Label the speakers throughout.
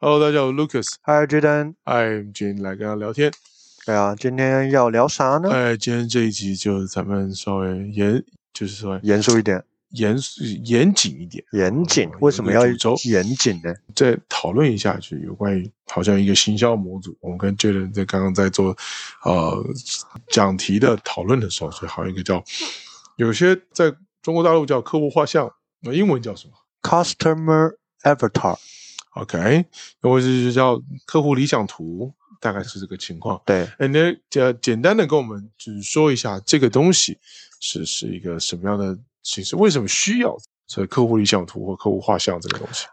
Speaker 1: Hello，大家好，我 Lucas，
Speaker 2: 嗨，Jaden，
Speaker 1: 哎，今天来跟大家聊天。
Speaker 2: 对啊，今天要聊啥呢？
Speaker 1: 哎，今天这一集就咱们稍微严，就是说
Speaker 2: 严肃一点，
Speaker 1: 严肃严谨一点，
Speaker 2: 严谨
Speaker 1: 哦。
Speaker 2: 为什么要
Speaker 1: 有一个主轴
Speaker 2: 严谨呢？
Speaker 1: 再讨论一下，就有关于好像一个行销模组，我们跟 Jaden 在刚刚在做呃讲题的讨论的时候，就好像一个叫有些在中国大陆叫客户画像，那英文叫什么
Speaker 2: Customer avatar，
Speaker 1: ？OK，或者是叫客户理想图，大概是这个情况。
Speaker 2: 对，
Speaker 1: 哎，那简简单的跟我们就是说一下这个东西是是一个什么样的形式，为什么需要所以客户理想图或客户画像这个东西？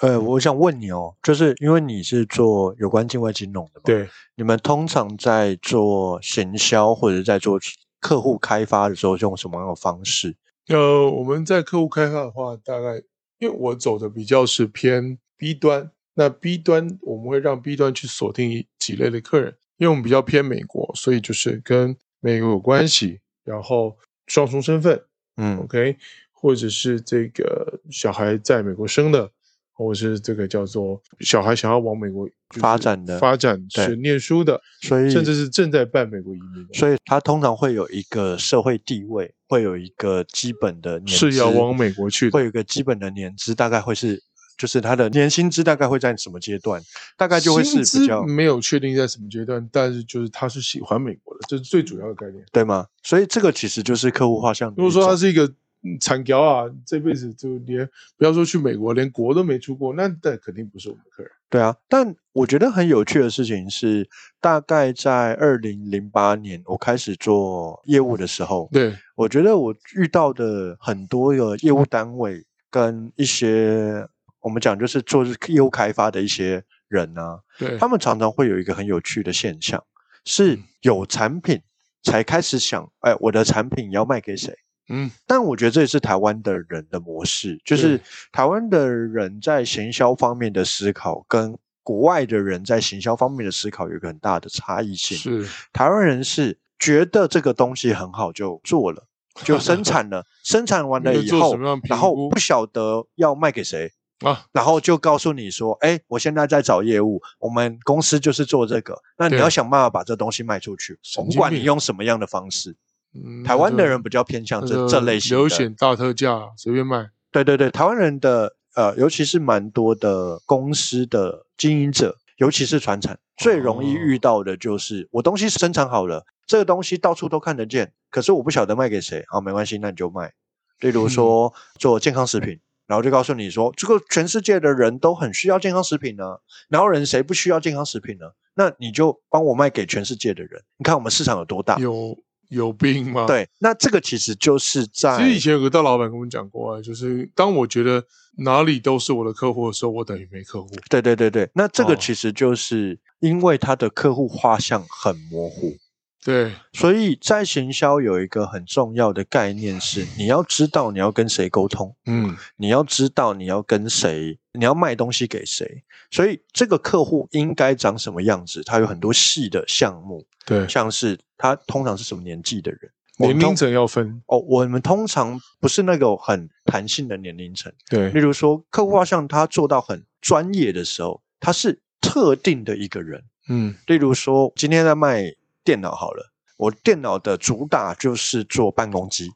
Speaker 2: 呃，我想问你哦，就是因为你是做有关境外金融的嘛，，
Speaker 1: 对，
Speaker 2: 你们通常在做行销或者在做客户开发的时候，用什么样的方式？
Speaker 1: 呃，我们在客户开发的话，大概因为我走的比较是偏 B 端，那 B 端我们会让 B 端去锁定几类的客人，因为我们比较偏美国，所以就是跟美国有关系，然后双重身份，
Speaker 2: 嗯
Speaker 1: OK，或者是这个小孩在美国生的，或者是这个叫做小孩想要往美国就是
Speaker 2: 发展的
Speaker 1: 发展
Speaker 2: 对
Speaker 1: 是念书的，
Speaker 2: 所以
Speaker 1: 甚至是正在办美国移民的，
Speaker 2: 所以他通常会有一个社会地位，会有一个基本的年
Speaker 1: 是要
Speaker 2: 资
Speaker 1: 往美国去的
Speaker 2: 会有一个基本的年资，大概会是，就是他的年薪资大概会在什么阶段？大概就会是
Speaker 1: 薪
Speaker 2: 比
Speaker 1: 资嗯
Speaker 2: 较
Speaker 1: 没有确定在什么阶段，但是就是他是喜欢美国的，这是最主要的概念。
Speaker 2: 对吗？所以这个其实就是客户画像的
Speaker 1: 如果
Speaker 2: 一种。
Speaker 1: 说他是一个嗯惨屌啊，这辈子就连不要说去美国，连国都没出过，那那肯定不是我们客人。
Speaker 2: 对啊，但我觉得很有趣的事情是，大概在二零零八年我开始做业务的时候，
Speaker 1: 对，
Speaker 2: 我觉得我遇到的很多的业务单位跟一些我们讲就是做业务开发的一些人啊，
Speaker 1: 对，嗯
Speaker 2: 他们常常会有一个很有趣的现象，是有产品才开始想，哎，我的产品要卖给谁？
Speaker 1: 嗯，
Speaker 2: 但我觉得这也是台湾的人的模式，就是
Speaker 1: 对
Speaker 2: 台湾的人在行销方面的思考跟国外的人在行销方面的思考有一个很大的差异性。
Speaker 1: 是，
Speaker 2: 台湾人是觉得这个东西很好就做了，就生产了，生产完了
Speaker 1: 没有
Speaker 2: 以
Speaker 1: 做
Speaker 2: 后
Speaker 1: 什么样的，评
Speaker 2: 然后
Speaker 1: 估
Speaker 2: 不晓得要卖给谁，
Speaker 1: 啊，
Speaker 2: 然后就告诉你说，哎，我现在在找业务，我们公司就是做这个，那你
Speaker 1: 对
Speaker 2: 要想办法把这东西卖出去，我
Speaker 1: 神
Speaker 2: 不
Speaker 1: 经
Speaker 2: 管你
Speaker 1: 病
Speaker 2: 用什么样的方式。
Speaker 1: 嗯
Speaker 2: 台湾的人
Speaker 1: 那
Speaker 2: 比较偏向
Speaker 1: 就
Speaker 2: 这
Speaker 1: 那
Speaker 2: 这
Speaker 1: 就
Speaker 2: 类型
Speaker 1: 流
Speaker 2: 的，
Speaker 1: 行大特价，随便卖。
Speaker 2: 对对对，台湾人的呃，尤其是蛮多的公司的经营者，尤其是传产，最容易
Speaker 1: 哦
Speaker 2: 遇到的就是、我东西生产好了，这个东西到处都看得见，可是我不晓得卖给谁，好、没关系，那你就卖。例
Speaker 1: 嗯
Speaker 2: 如说做健康食品，然后就告诉你说，这个全世界的人都很需要健康食品呢、啊然后人谁不需要健康食品呢？那你就帮我卖给全世界的人，你看我们市场有多大？
Speaker 1: 有有病吗？，
Speaker 2: 啊对，那这个其实就是在
Speaker 1: 其实以前有个大老板跟我讲过啊，就是当我觉得哪里都是我的客户的时候，我等于没客户。
Speaker 2: 对对对对，那这
Speaker 1: 哦
Speaker 2: 个其实就是因为他的客户画像很模糊，
Speaker 1: 对，
Speaker 2: 所以在行销有一个很重要的概念是，你要知道你要跟谁沟通，
Speaker 1: 嗯，
Speaker 2: 你要知道你要跟谁，你要卖东西给谁，所以这个客户应该长什么样子，他有很多细的项目，
Speaker 1: 对，
Speaker 2: 像是他通常是什么年纪的人，我
Speaker 1: 年
Speaker 2: 们
Speaker 1: 龄
Speaker 2: 通
Speaker 1: 层要分。
Speaker 2: 哦，我们通常不是那个很弹性的年龄层。例
Speaker 1: 对，
Speaker 2: 如说，客户画像他做到很专业的时候，他是特定的一个人。
Speaker 1: 嗯，
Speaker 2: 例如说，今天在卖电脑好了，我电脑的主打就是做办公机，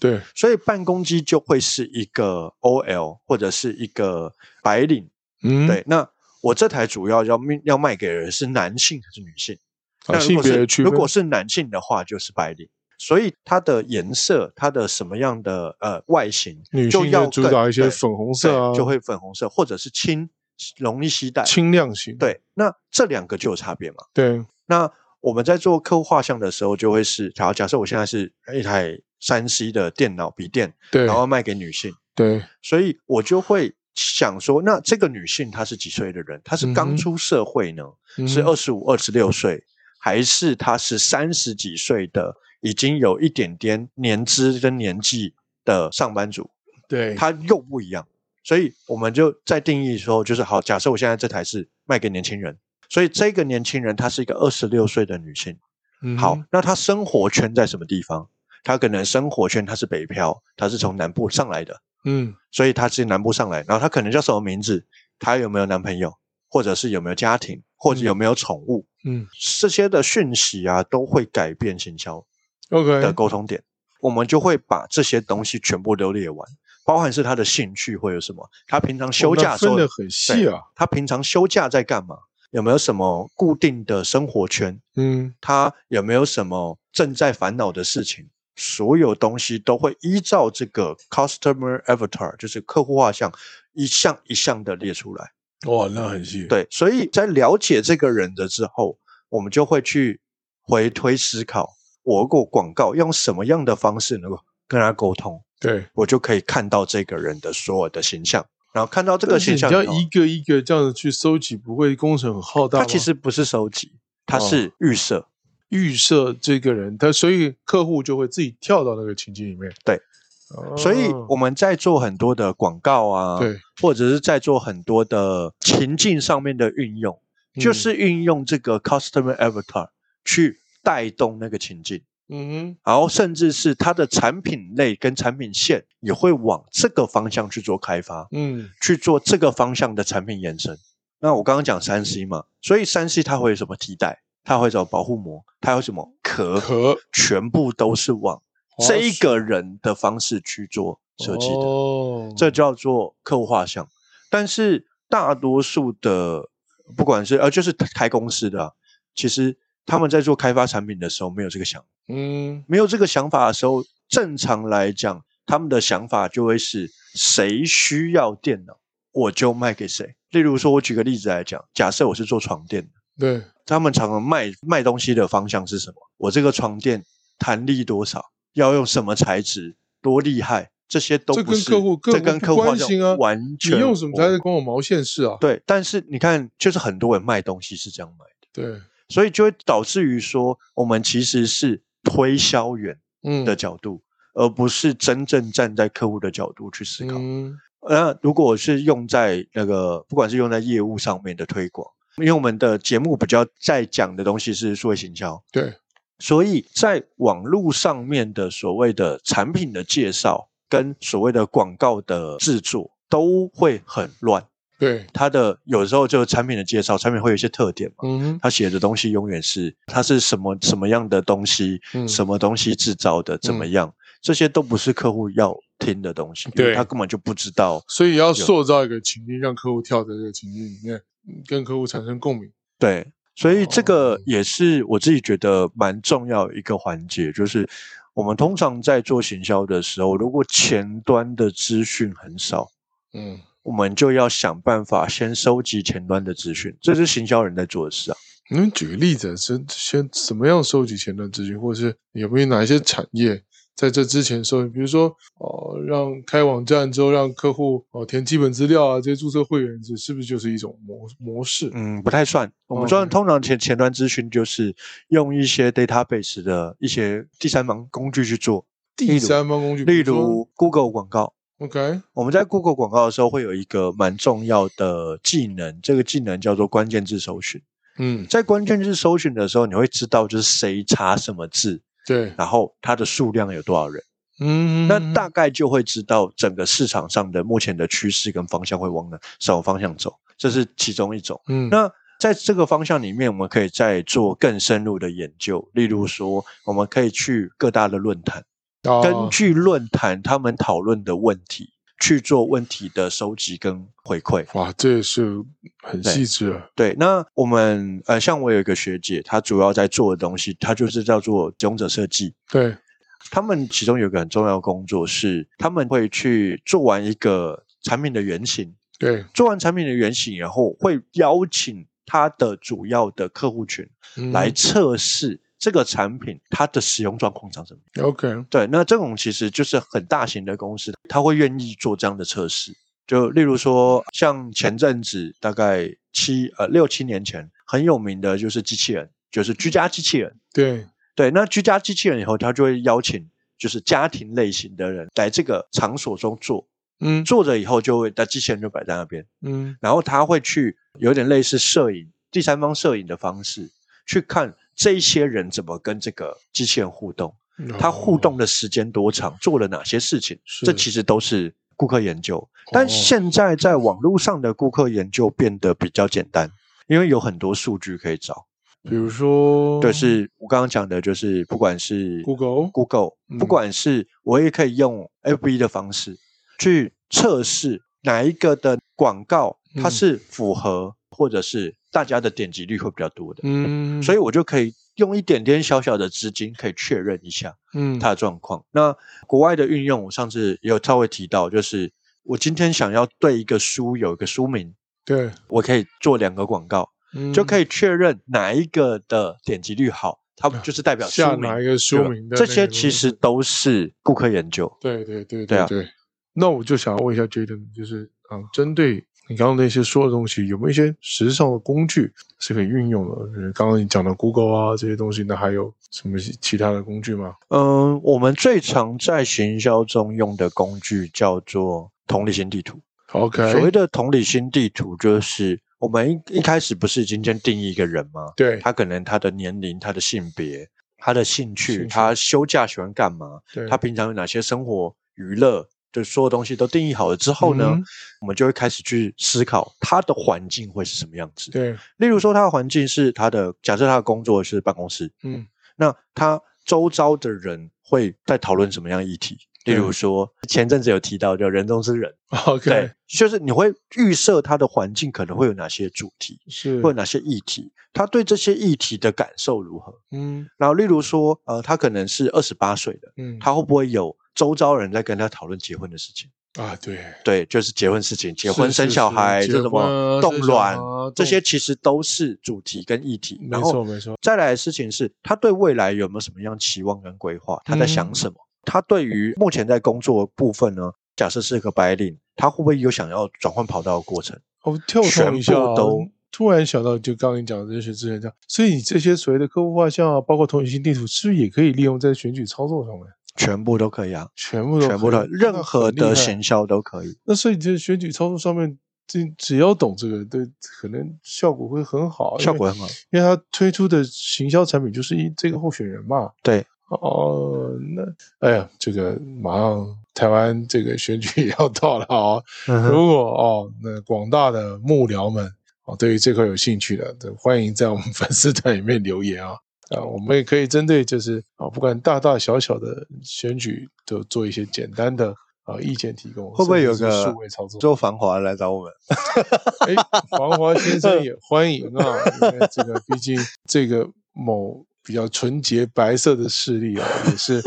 Speaker 1: 对，
Speaker 2: 所以办公机就会是一个 OL 或者是一个白领。
Speaker 1: 嗯，
Speaker 2: 对，那我这台主要要命要卖给的人是男性还是女性？
Speaker 1: 啊，
Speaker 2: 那如
Speaker 1: 性
Speaker 2: 果
Speaker 1: 别
Speaker 2: 是
Speaker 1: 的区
Speaker 2: 如
Speaker 1: 分。
Speaker 2: 果是男性的话，就是白领。所以它的颜色，它的什么样的呃外形，
Speaker 1: 女
Speaker 2: 就
Speaker 1: 性
Speaker 2: 要
Speaker 1: 就主
Speaker 2: 更
Speaker 1: 打一些
Speaker 2: 对
Speaker 1: 粉红
Speaker 2: 对
Speaker 1: 色啊，
Speaker 2: 就会粉红色，或者是轻，容易携带。
Speaker 1: 轻量型。
Speaker 2: 对，那这两个就有差别嘛。
Speaker 1: 对，
Speaker 2: 那我们在做客户画像的时候，就会是，好，假设我现在是一台三 C 的电脑笔电，
Speaker 1: 对
Speaker 2: 然，后卖给女性，
Speaker 1: 对，
Speaker 2: 所以我就会想说，那这个女性她是几岁的人？她是
Speaker 1: 嗯哼
Speaker 2: 刚出社会呢，
Speaker 1: 嗯
Speaker 2: 是二十五、二十六岁，还是她是三十几岁的，已经有一点点年资跟年纪的上班族？
Speaker 1: 对，
Speaker 2: 它又不一样。所以我们就在定义说，就是好，假设我现在这台是卖给年轻人，所以这个年轻人她是一个二十六岁的女性。
Speaker 1: 嗯
Speaker 2: 好，那她生活圈在什么地方？她可能生活圈她是北漂，她是从南部上来的，
Speaker 1: 嗯，
Speaker 2: 所以她是南部上来，然后她可能叫什么名字？她有没有男朋友？或者是有没有家庭，或者有没有宠物，
Speaker 1: 嗯
Speaker 2: 这些的讯息啊，都会改变行销的
Speaker 1: ，OK，
Speaker 2: 沟通点。我们就会把这些东西全部都列完，包含是他的兴趣会有什么，他平常休
Speaker 1: 哦那
Speaker 2: 假的时候
Speaker 1: 分得很细啊，
Speaker 2: 他平常休假在干嘛？有没有什么固定的生活圈？
Speaker 1: 嗯
Speaker 2: 他有没有什么正在烦恼的事情？所有东西都会依照这个 customer avatar，就是客户画像，一项一项的列出来。
Speaker 1: 哇，那很细，，
Speaker 2: 对，所以在了解这个人的之后，我们就会去回推思考，我如果广告用什么样的方式能够跟他沟通，
Speaker 1: 对，
Speaker 2: 我就可以看到这个人的所有的形象，然后看到这个
Speaker 1: 但是
Speaker 2: 形
Speaker 1: 你
Speaker 2: 象
Speaker 1: 要
Speaker 2: 以后，
Speaker 1: 一个一个这样子去搜集，不会工程很浩大吗？
Speaker 2: 它其实不是收集，它
Speaker 1: 啊哦
Speaker 2: 是预设。
Speaker 1: 预设这个人，他所以客户就会自己跳到那个情境里面。
Speaker 2: 对
Speaker 1: 哦，
Speaker 2: 所以我们在做很多的广告啊，，
Speaker 1: 对
Speaker 2: 或者是在做很多的情境上面的运用，就
Speaker 1: 嗯
Speaker 2: 是运用这个 customer avatar 去带动那个情境，
Speaker 1: 嗯
Speaker 2: 然后甚至是它的产品类跟产品线也会往这个方向去做开发，
Speaker 1: 哼嗯
Speaker 2: 去做这个方向的产品延伸。那我刚刚讲三 C 嘛，所以三 C 它会有什么替代？它会找保护膜，它有什么壳？
Speaker 1: 壳
Speaker 2: 全部都是往这一个人的方式去做设计的。
Speaker 1: 哦，
Speaker 2: 这叫做客户画像。但是大多数的，不管是呃，就是开公司的啊、其实他们在做开发产品的时候没有这个想，
Speaker 1: 嗯
Speaker 2: 没有这个想法的时候，正常来讲，他们的想法就会是谁需要电脑，我就卖给谁。例如说，我举个例子来讲，假设我是做床垫的，
Speaker 1: 对
Speaker 2: 他们常常卖卖东西的方向是什么？我这个床垫弹力多少，要用什么材质，多厉害，这些都
Speaker 1: 这
Speaker 2: 不
Speaker 1: 跟
Speaker 2: 是。
Speaker 1: 客户客户
Speaker 2: 这跟
Speaker 1: 不
Speaker 2: 客户
Speaker 1: 关
Speaker 2: 好像
Speaker 1: 心啊
Speaker 2: 完
Speaker 1: 你
Speaker 2: 全
Speaker 1: 用什么
Speaker 2: 无
Speaker 1: 才能关我毛线事啊？
Speaker 2: 对，但是你看，就是很多人卖东西是这样卖的，
Speaker 1: 对，
Speaker 2: 所以就会导致于说，我们其实是推销员
Speaker 1: 嗯
Speaker 2: 的角度，而不是真正站在客户的角度去思考。
Speaker 1: 嗯
Speaker 2: 那如果是用在那个，不管是用在业务上面的推广，因为我们的节目比较在讲的东西是数位行销，
Speaker 1: 对，
Speaker 2: 所以在网络上面的所谓的产品的介绍跟所谓的广告的制作都会很乱。
Speaker 1: 对，
Speaker 2: 它的有时候就产品的介绍，产品会有一些特点嘛。
Speaker 1: 嗯哼
Speaker 2: 它写的东西永远是它是什么什么样的东西，
Speaker 1: 嗯
Speaker 2: 什么东西制造的，怎么样，这些都不是客户要听的东西，因为
Speaker 1: 对
Speaker 2: 他根本就不知道。
Speaker 1: 所以要塑造一个情境，让客户跳在这个情境里面，嗯跟客户产生共鸣。
Speaker 2: 对，所以这
Speaker 1: 哦
Speaker 2: 个也是我自己觉得蛮重要的一个环节，就是我们通常在做行销的时候，如果前端的资讯很少，
Speaker 1: 嗯
Speaker 2: 我们就要想办法先收集前端的资讯，这是行销人在做的事啊。
Speaker 1: 你们举个例子，是先怎么样收集前端资讯，或者是有没有哪一些产业在这之前收集？比如说，哦、让开网站之后让客户哦、填基本资料啊，这些注册会员制是不是就是一种模模式？
Speaker 2: 嗯，不太算。我们
Speaker 1: 哦
Speaker 2: 算通常前前端咨询就是用一些 database 的一些第三方工具去做，
Speaker 1: 第三方工具，
Speaker 2: 例
Speaker 1: 比
Speaker 2: 如
Speaker 1: 说
Speaker 2: Google 广告。
Speaker 1: ，OK，
Speaker 2: 我们在 Google 广告的时候会有一个蛮重要的技能，这个技能叫做关键字搜寻。
Speaker 1: 嗯，
Speaker 2: 在关键字搜寻的时候，你会知道就是谁查什么字，
Speaker 1: 对，
Speaker 2: 然后它的数量有多少人，
Speaker 1: 嗯，
Speaker 2: 那大概就会知道整个市场上的目前的趋势跟方向会往哪什么方向走。这是其中一种。
Speaker 1: 嗯，
Speaker 2: 那在这个方向里面，我们可以再做更深入的研究，例如说，我们可以去各大的论坛，
Speaker 1: 那
Speaker 2: 根据论坛他们讨论的问题去做问题的收集跟回馈。
Speaker 1: 哇，这也是很
Speaker 2: 对
Speaker 1: 细致啊，
Speaker 2: 对，那我们呃，像我有一个学姐，她主要在做的东西，她就是叫做使用者设计。
Speaker 1: 对，
Speaker 2: 他们其中有一个很重要的工作是，他们会去做完一个产品的原型，
Speaker 1: 对，
Speaker 2: 做完产品的原型以后，会邀请他的主要的客户群。
Speaker 1: 嗯
Speaker 2: 来测试这个产品它的使用状况长什么样。
Speaker 1: ，OK，
Speaker 2: 对，那这种其实就是很大型的公司，他会愿意做这样的测试。就例如说，像前阵子大概七呃六七年前，很有名的就是机器人，就是居家机器人。
Speaker 1: 对，
Speaker 2: 对，那居家机器人以后，他就会邀请就是家庭类型的人来这个场所中做，
Speaker 1: 嗯
Speaker 2: 做着以后就会，那机器人就摆在那边，
Speaker 1: 嗯
Speaker 2: 然后他会去有点类似摄影第三方摄影的方式，去看这一些人怎么跟这个机器人互动，他互
Speaker 1: 哦
Speaker 2: 动的时间多长，做了哪些事情，
Speaker 1: 是哦
Speaker 2: 这其实都是顾客研究。但现在在网络上的顾客研究变得比较简单，因为有很多数据可以找。
Speaker 1: 比如说，
Speaker 2: 就是我刚刚讲的，就是不管是
Speaker 1: 哦 Google
Speaker 2: Google，
Speaker 1: 嗯
Speaker 2: 不管是我也可以用 FB 的方式去测试哪一个的广告
Speaker 1: 嗯
Speaker 2: 它是符合或者是大家的点击率会比较多的，
Speaker 1: 嗯，
Speaker 2: 所
Speaker 1: 以
Speaker 2: 以我就可以用一点点小小的资金可以确认一下
Speaker 1: 嗯，
Speaker 2: 它的状况。那国外的运用，我上次也有稍微提到，就是我今天想要对一个书有一个书名，
Speaker 1: 对嗯
Speaker 2: 我可以做两个广告。就可
Speaker 1: 以
Speaker 2: 以确认哪一个的点击率好，它就是代表书
Speaker 1: 啊下
Speaker 2: 名
Speaker 1: 哪一个
Speaker 2: 对吧
Speaker 1: 书名的那个东西。
Speaker 2: 这些其实都是顾客研究。
Speaker 1: 对对对
Speaker 2: 对啊
Speaker 1: 对。那我就想问一下 Jaden，就是啊、呃针对你刚刚那些说的东西，有没有一些时尚的工具是可以运用的？就是刚刚你讲的 Google 啊这些东西，那还有什么其他的工具吗？
Speaker 2: 嗯，我们最常在行销中用的工具叫做同理心地图。
Speaker 1: OK，
Speaker 2: 所谓的同理心地图，就是我们一一开始不是今天定义一个人吗？
Speaker 1: 对
Speaker 2: 他可能他的年龄、他的性别、他的兴趣、
Speaker 1: 兴趣
Speaker 2: 他休假喜欢干嘛、
Speaker 1: 对，
Speaker 2: 他平常有哪些生活娱乐，就所有东西都定义好了之后呢，
Speaker 1: 嗯
Speaker 2: 我们就会开始去思考他的环境会是什么样子。
Speaker 1: 对，
Speaker 2: 例如说，他的环境是他的，假设他的工作是办公室，
Speaker 1: 嗯
Speaker 2: 那他周遭的人会在讨论什么样议题？
Speaker 1: 对
Speaker 2: 例如说，前阵子有提到叫人中之人，
Speaker 1: ，OK，，
Speaker 2: 就是你会预设他的环境可能会有哪些主题，
Speaker 1: 是
Speaker 2: 会有哪些议题，他对这些议题的感受如何？
Speaker 1: 嗯
Speaker 2: 然后，例如说，呃，他可能是二十八岁的。
Speaker 1: 嗯，
Speaker 2: 他会不会有周遭人在跟他讨论结婚的事情？
Speaker 1: 啊，对，
Speaker 2: 对，就是结婚事情，结婚
Speaker 1: 是
Speaker 2: 生
Speaker 1: 是
Speaker 2: 小
Speaker 1: 是
Speaker 2: 孩，
Speaker 1: 结
Speaker 2: 这什
Speaker 1: 婚
Speaker 2: 么
Speaker 1: 啊
Speaker 2: 冻
Speaker 1: 生小
Speaker 2: 卵
Speaker 1: 孩啊，
Speaker 2: 这
Speaker 1: 冻
Speaker 2: 些其实都是主题跟议题。
Speaker 1: 没
Speaker 2: 然
Speaker 1: 错
Speaker 2: 后
Speaker 1: 没错，
Speaker 2: 再来的事情是，他对未来有没有什么样期望跟规划？他在想
Speaker 1: 嗯
Speaker 2: 什么？他对于目前在工作的部分呢？假设是个白领，他会不会有想要转换跑道的过程？
Speaker 1: 我跳
Speaker 2: 全
Speaker 1: 动一下
Speaker 2: 部
Speaker 1: 啊
Speaker 2: 都。
Speaker 1: 突然想到，就刚刚你讲的这些之前讲，所以你这些所谓的客户画像啊，包括同理心地图，是不是也可以利用在选举操作上面？
Speaker 2: 全部都可以啊，
Speaker 1: 全部都
Speaker 2: 全部
Speaker 1: 可以
Speaker 2: 的任
Speaker 1: 那
Speaker 2: 何
Speaker 1: 很厉
Speaker 2: 的
Speaker 1: 害
Speaker 2: 行销都可以。
Speaker 1: 那所以这选举操作上面，这只要懂这个，对，可能效果会很好。
Speaker 2: 效果很好，
Speaker 1: 因为，因为他推出的行销产品就是一这个候选人嘛。
Speaker 2: 对，
Speaker 1: 哦，那哎呀，这个马上台湾这个选举 也要到了啊、
Speaker 2: 嗯哼
Speaker 1: 如果哦，那广大的幕僚们哦，对于这块有兴趣的，对欢迎在我们粉丝团里面留言啊。啊，我们也可以针对就是啊，不管大大小小的选举，都做一些简单的啊意见提供。
Speaker 2: 会不会有
Speaker 1: 甚至是
Speaker 2: 个
Speaker 1: 数位操作？
Speaker 2: 做繁华来找我们？
Speaker 1: 哎，黄华先生也欢迎啊，因为这个毕竟这个某比较纯洁白色的势力 啊，也是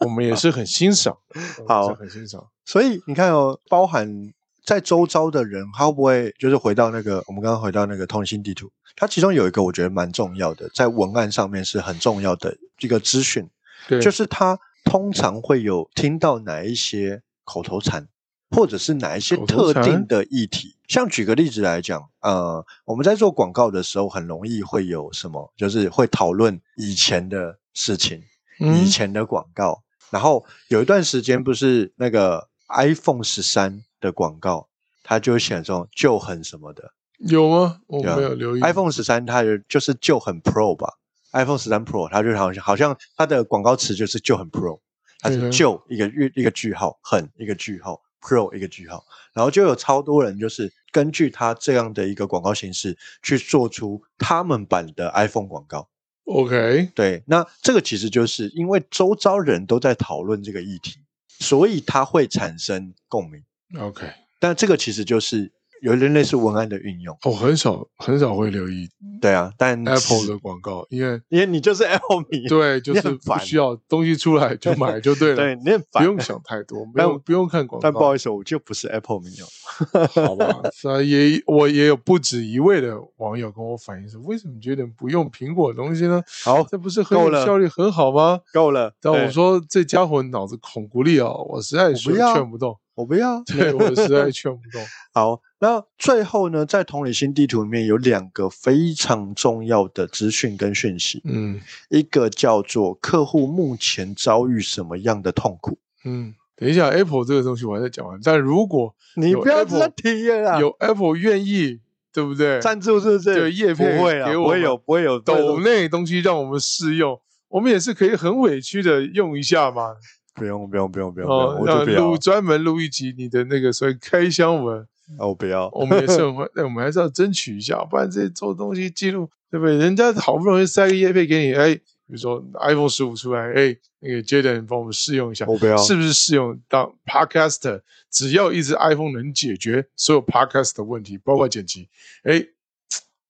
Speaker 1: 我们也是很欣赏的，哦
Speaker 2: 好
Speaker 1: 我们是很欣赏。
Speaker 2: 所以你看哦，包含在周遭的人，他会不会就是回到那个我们刚刚回到那个通信地图？它其中有一个我觉得蛮重要的，在文案上面是很重要的一个资讯，
Speaker 1: 对，
Speaker 2: 就是它通常会有听到哪一些口头禅，或者是哪一些
Speaker 1: 口头
Speaker 2: 特
Speaker 1: 禅
Speaker 2: 定的议题。像举个例子来讲，呃，我们在做广告的时候，很容易会有什么，就是会讨论以前的事情。
Speaker 1: 嗯
Speaker 2: 以前的广告。然后有一段时间不是那个 iPhone 十三的广告，它就显这种旧很什么的。
Speaker 1: 有吗？我
Speaker 2: 有啊
Speaker 1: 没有留意
Speaker 2: iPhone 十三它的就是旧很 Pro 吧，iPhone 十三 Pro 它就好像好像它的广告词就是旧很 Pro，它
Speaker 1: 对
Speaker 2: 是
Speaker 1: 啊
Speaker 2: 旧一个一一个句号，很一个句号，Pro 一个句号，然后就有超多人就是根据它这样的一个广告形式去做出他们版的 iPhone 广告。
Speaker 1: OK，
Speaker 2: 对，那这个其实就是因为周遭人都在讨论这个议题，所以它会产生共鸣。
Speaker 1: OK，
Speaker 2: 但这个其实就是有点类似文案的运用，
Speaker 1: 我、哦很少很少会留意
Speaker 2: 对啊。但
Speaker 1: Apple 的，广告，因为
Speaker 2: 因为你就是 Apple 迷，
Speaker 1: 对，就
Speaker 2: 你
Speaker 1: 是
Speaker 2: 很
Speaker 1: 不
Speaker 2: 烦
Speaker 1: 需要东西出来就买就对了，
Speaker 2: 对，你很
Speaker 1: 不
Speaker 2: 烦。
Speaker 1: 用想太 多，不
Speaker 2: 但
Speaker 1: 用不用看广告，
Speaker 2: 但不好意思，我就不是 Apple 迷哦。
Speaker 1: 好吧？那也我也有不止一位的网友跟我反映说，为什么觉得不用苹果的东西呢？
Speaker 2: 好，
Speaker 1: 这不是很有
Speaker 2: 够了
Speaker 1: 效率很好吗？
Speaker 2: 够了。
Speaker 1: 但
Speaker 2: 对
Speaker 1: 我说这家伙脑子孔骨力哦，我实在是
Speaker 2: 不要
Speaker 1: 劝不动，
Speaker 2: 我不要。
Speaker 1: 对我实在劝不 动。
Speaker 2: 好，那最后呢，在同理心地图里面有两个非常重要的资讯跟讯息，
Speaker 1: 嗯
Speaker 2: 一个叫做客户目前遭遇什么样的痛苦。
Speaker 1: 嗯，等一下，Apple 这个东西我还在讲完，但如果
Speaker 2: 你
Speaker 1: 有
Speaker 2: 不要
Speaker 1: Apple-
Speaker 2: 再提了啦，
Speaker 1: 有 Apple 愿意，对不对？
Speaker 2: 啊赞助是不是？
Speaker 1: 对业配
Speaker 2: 不会啦，
Speaker 1: 给我
Speaker 2: 不会有，
Speaker 1: 们
Speaker 2: 不会有
Speaker 1: 抖
Speaker 2: 那
Speaker 1: 内东西让我们试用，我们也是可以很委屈的用一下嘛。
Speaker 2: 不用不用不用不用，不用
Speaker 1: 哦，
Speaker 2: 啊我
Speaker 1: 那
Speaker 2: 就不要
Speaker 1: 录专门录一集你的那个所谓开箱文，
Speaker 2: 啊，我不要。
Speaker 1: 我们也 是很欢，但我们还是要争取一下，不然这做东西记录，对不对？人家好不容易塞个叶配给你，哎，比如说 iPhone 十五出来，哎，那个 Jaden 帮我们试用一下，
Speaker 2: 我不要，
Speaker 1: 是不是适用当 Podcaster？只要一只 iPhone 能解决所有 Podcast 的问题，包括剪辑，哎，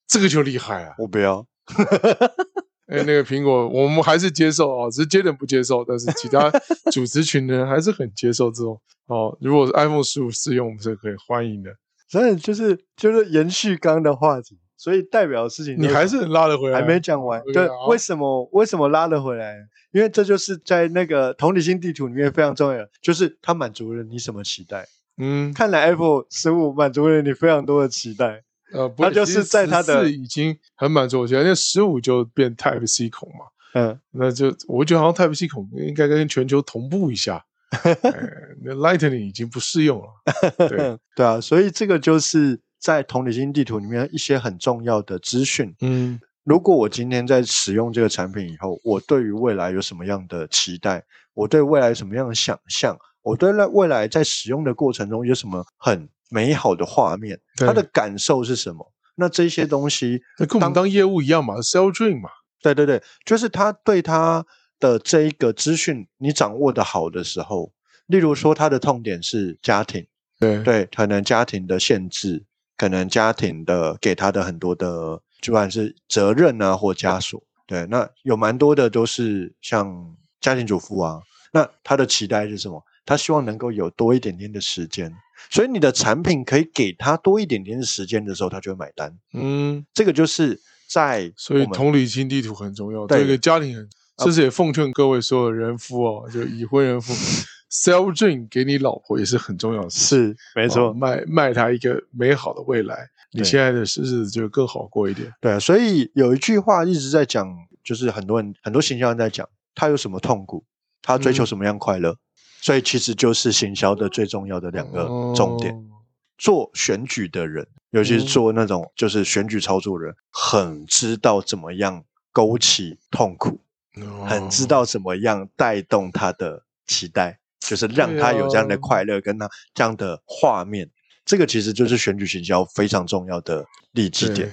Speaker 1: 这个就厉害啊！
Speaker 2: 我不要，
Speaker 1: 哎，那个苹果，我们还是接受啊，只是 Jaden 不接受，但是其 他主持群的人还是很接受这种哦。如果是 iPhone 十五试用，我们是可以欢迎的。
Speaker 2: 所以就是就是延续刚刚的话题，所以代表的事情就
Speaker 1: 你还是啊拉得回来，
Speaker 2: 还没讲完。
Speaker 1: OK，
Speaker 2: 对
Speaker 1: 好，
Speaker 2: 为什么为什么拉了回来？因为这就是在那个同理心地图里面非常重要的，就是它满足了你什么期待。
Speaker 1: 嗯
Speaker 2: 看来 Apple 十五满足了你非常多的期待。
Speaker 1: 呃，不会
Speaker 2: 它就是
Speaker 1: 其实
Speaker 2: 在它的
Speaker 1: 14已经很满足我觉得，那十五就变 Type C 孔嘛。
Speaker 2: 嗯，
Speaker 1: 那就我觉得好像 Type C 孔应该跟全球同步一 下。哎那 Lightning 已经不适用了，对，
Speaker 2: 对啊，所以这个就是在同理心地图里面一些很重要的资讯。
Speaker 1: 嗯
Speaker 2: 如果我今天在使用这个产品以后，我对于未来有什么样的期待？我对未来什么样的想象？我对未未来在使用的过程中有什么很美好的画面？
Speaker 1: 对
Speaker 2: 它的感受是什么？那这些东西，
Speaker 1: 那跟我们当业务一样嘛，sell dream 嘛，
Speaker 2: 对对对，就是他对他的这一个资讯你掌握的好的时候，例如说他的痛点是家庭，
Speaker 1: 对
Speaker 2: 对，可能家庭的限制，可能家庭的给他的很多的，就算是责任啊或枷锁。对，那有蛮多的都是像家庭主妇啊，那他的期待是什么？他希望能够有多一点点的时间，所以你的产品可以给他多一点点的时间的时候，他就会买单。
Speaker 1: 嗯，
Speaker 2: 这个就是在
Speaker 1: 所以
Speaker 2: 我们
Speaker 1: 同理心地图很重要，
Speaker 2: 对啊
Speaker 1: 这个家庭很，甚至也奉劝各位所有人夫哦，就已婚 人夫，sell dream 给你老婆也是很重要的事情，
Speaker 2: 是没
Speaker 1: 哦卖卖她一个美好的未来，你
Speaker 2: 对
Speaker 1: 现在的日子就更好过一点，
Speaker 2: 对啊，所以有一句话一直在讲，就是很多人很多行销人在讲，他有什么痛苦，他追求
Speaker 1: 嗯
Speaker 2: 什么样快乐，所以其实就是行销的最重要的两个重点。
Speaker 1: 哦，
Speaker 2: 做选举的人，尤其是
Speaker 1: 嗯
Speaker 2: 做那种就是选举操作的人，很知道怎么样勾起痛苦，很知
Speaker 1: 哦
Speaker 2: 道怎么样带动他的期待，就是让他有这样的
Speaker 1: 对啊
Speaker 2: 快乐，跟他这样的画面。这个其实就是选举行销非常重要的利基
Speaker 1: 对
Speaker 2: 点。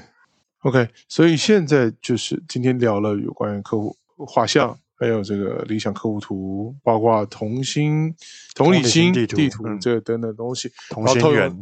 Speaker 1: OK，所以现在就是今天聊了有关于客户画像，还有这个理想客户图，包括同心、同理心
Speaker 2: 同理心地图嗯
Speaker 1: 这个等等东西，
Speaker 2: 同
Speaker 1: 然后
Speaker 2: 心
Speaker 1: 套
Speaker 2: 圆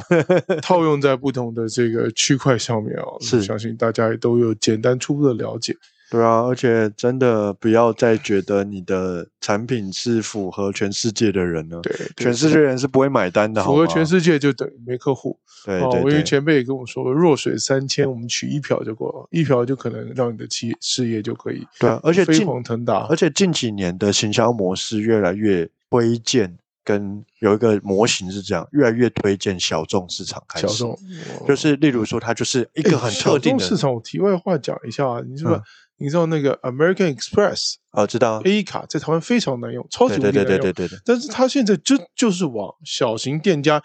Speaker 1: 用 套用在不同的这个区块上面哦。
Speaker 2: 是
Speaker 1: 相信大家也都有简单初步的了解。
Speaker 2: 对啊，而且真的不要再觉得你的产品是符合全世界的人了，
Speaker 1: 对，对
Speaker 2: 全世界人是不会买单的，
Speaker 1: 符合
Speaker 2: 好吗
Speaker 1: 全世界就等于没客户。
Speaker 2: 对
Speaker 1: 哦，我有
Speaker 2: 对
Speaker 1: 一
Speaker 2: 对，
Speaker 1: 前辈也跟我说，弱水三千，我们取一瓢就够了，一瓢就可能让你的企业事业就可以
Speaker 2: 对啊而且
Speaker 1: 飞
Speaker 2: 进
Speaker 1: 黄腾达
Speaker 2: 而。且近几年的行销模式越来越推荐，跟有一个模型是这样，越来越推荐小众市场开始，
Speaker 1: 小众
Speaker 2: 就是例如说，它就是一
Speaker 1: 哎
Speaker 2: 个很特定
Speaker 1: 小众
Speaker 2: 的
Speaker 1: 市场。我题外话讲一下啊，你知不知道？
Speaker 2: 嗯
Speaker 1: 你知道那个 American Express
Speaker 2: 啊，知道啊，
Speaker 1: A 卡在台湾非常难用，超级
Speaker 2: 对
Speaker 1: 无敌
Speaker 2: 对
Speaker 1: 难
Speaker 2: 对
Speaker 1: 用。
Speaker 2: 对对对对，
Speaker 1: 但是它现在就就是往小型店家，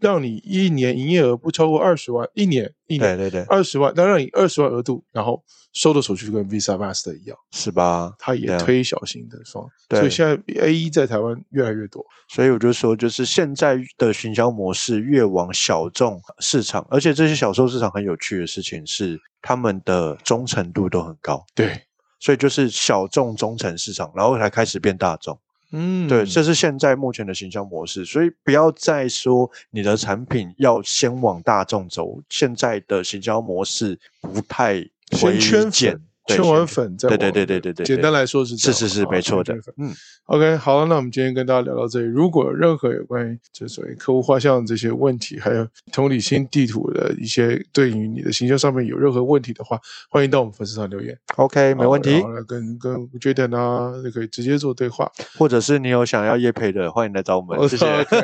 Speaker 1: 让你一年营业额不超过二十万，一年一
Speaker 2: 对
Speaker 1: 年
Speaker 2: 对对，
Speaker 1: 二十万，但让你二十万额度，然后收的手续费跟 Visa Master 一样，
Speaker 2: 是吧？
Speaker 1: 它
Speaker 2: 对
Speaker 1: 也
Speaker 2: 啊
Speaker 1: 推小型的双，
Speaker 2: 对
Speaker 1: 所以现在 A 一在台湾越来越多。
Speaker 2: 所以我就说，就是现在的行销模式越往小众市场，而且这些小众市场很有趣的事情是，他们的忠诚度都很高，
Speaker 1: 对，
Speaker 2: 所以就是小众忠诚市场，然后才开始变大众。
Speaker 1: 嗯，
Speaker 2: 对，这是现在目前的行销模式，所以不要再说你的产品要先往大众走，现在的行销模式不太推
Speaker 1: 先圈
Speaker 2: 荐
Speaker 1: 粉，，
Speaker 2: 对
Speaker 1: 圈
Speaker 2: 先
Speaker 1: 完粉再
Speaker 2: 对对
Speaker 1: 往
Speaker 2: 对对对对，
Speaker 1: 简单来说是这
Speaker 2: 是
Speaker 1: 样
Speaker 2: 是是
Speaker 1: 啊
Speaker 2: 没错的
Speaker 1: 先圈粉，
Speaker 2: 嗯，
Speaker 1: OK，好了，那我们今天跟大家聊到这里。如果有任何有关于这所谓客户画像这些问题，还有同理心地图的一些对于你的行销上面有任何问题的话，欢迎到我们粉丝团留言，
Speaker 2: ，OK，没问题
Speaker 1: 然。后来跟跟 Jaden 啊，就可以直接做对话。
Speaker 2: 或者是你有想要业配的，欢迎来找我们，谢谢。
Speaker 1: OK，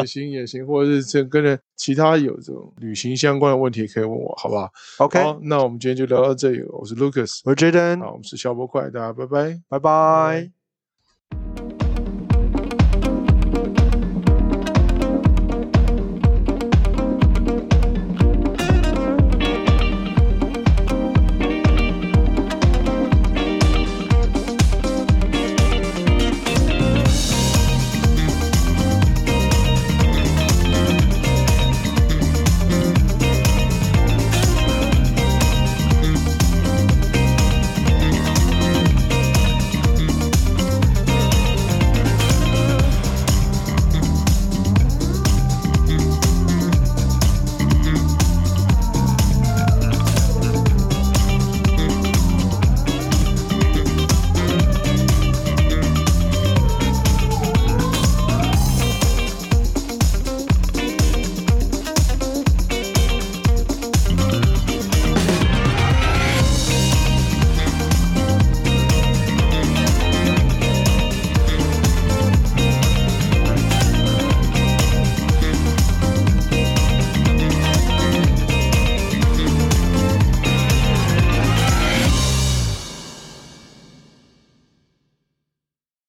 Speaker 1: 也行也行，或者是这跟着其他有这种旅行相关的问题，也可以问我，好不好
Speaker 2: OK，
Speaker 1: 好，那我们今天就聊到这里。我是 Lucas，
Speaker 2: 我是 Jaden，
Speaker 1: 好，我们是消波快，大家拜拜。
Speaker 2: 拜拜。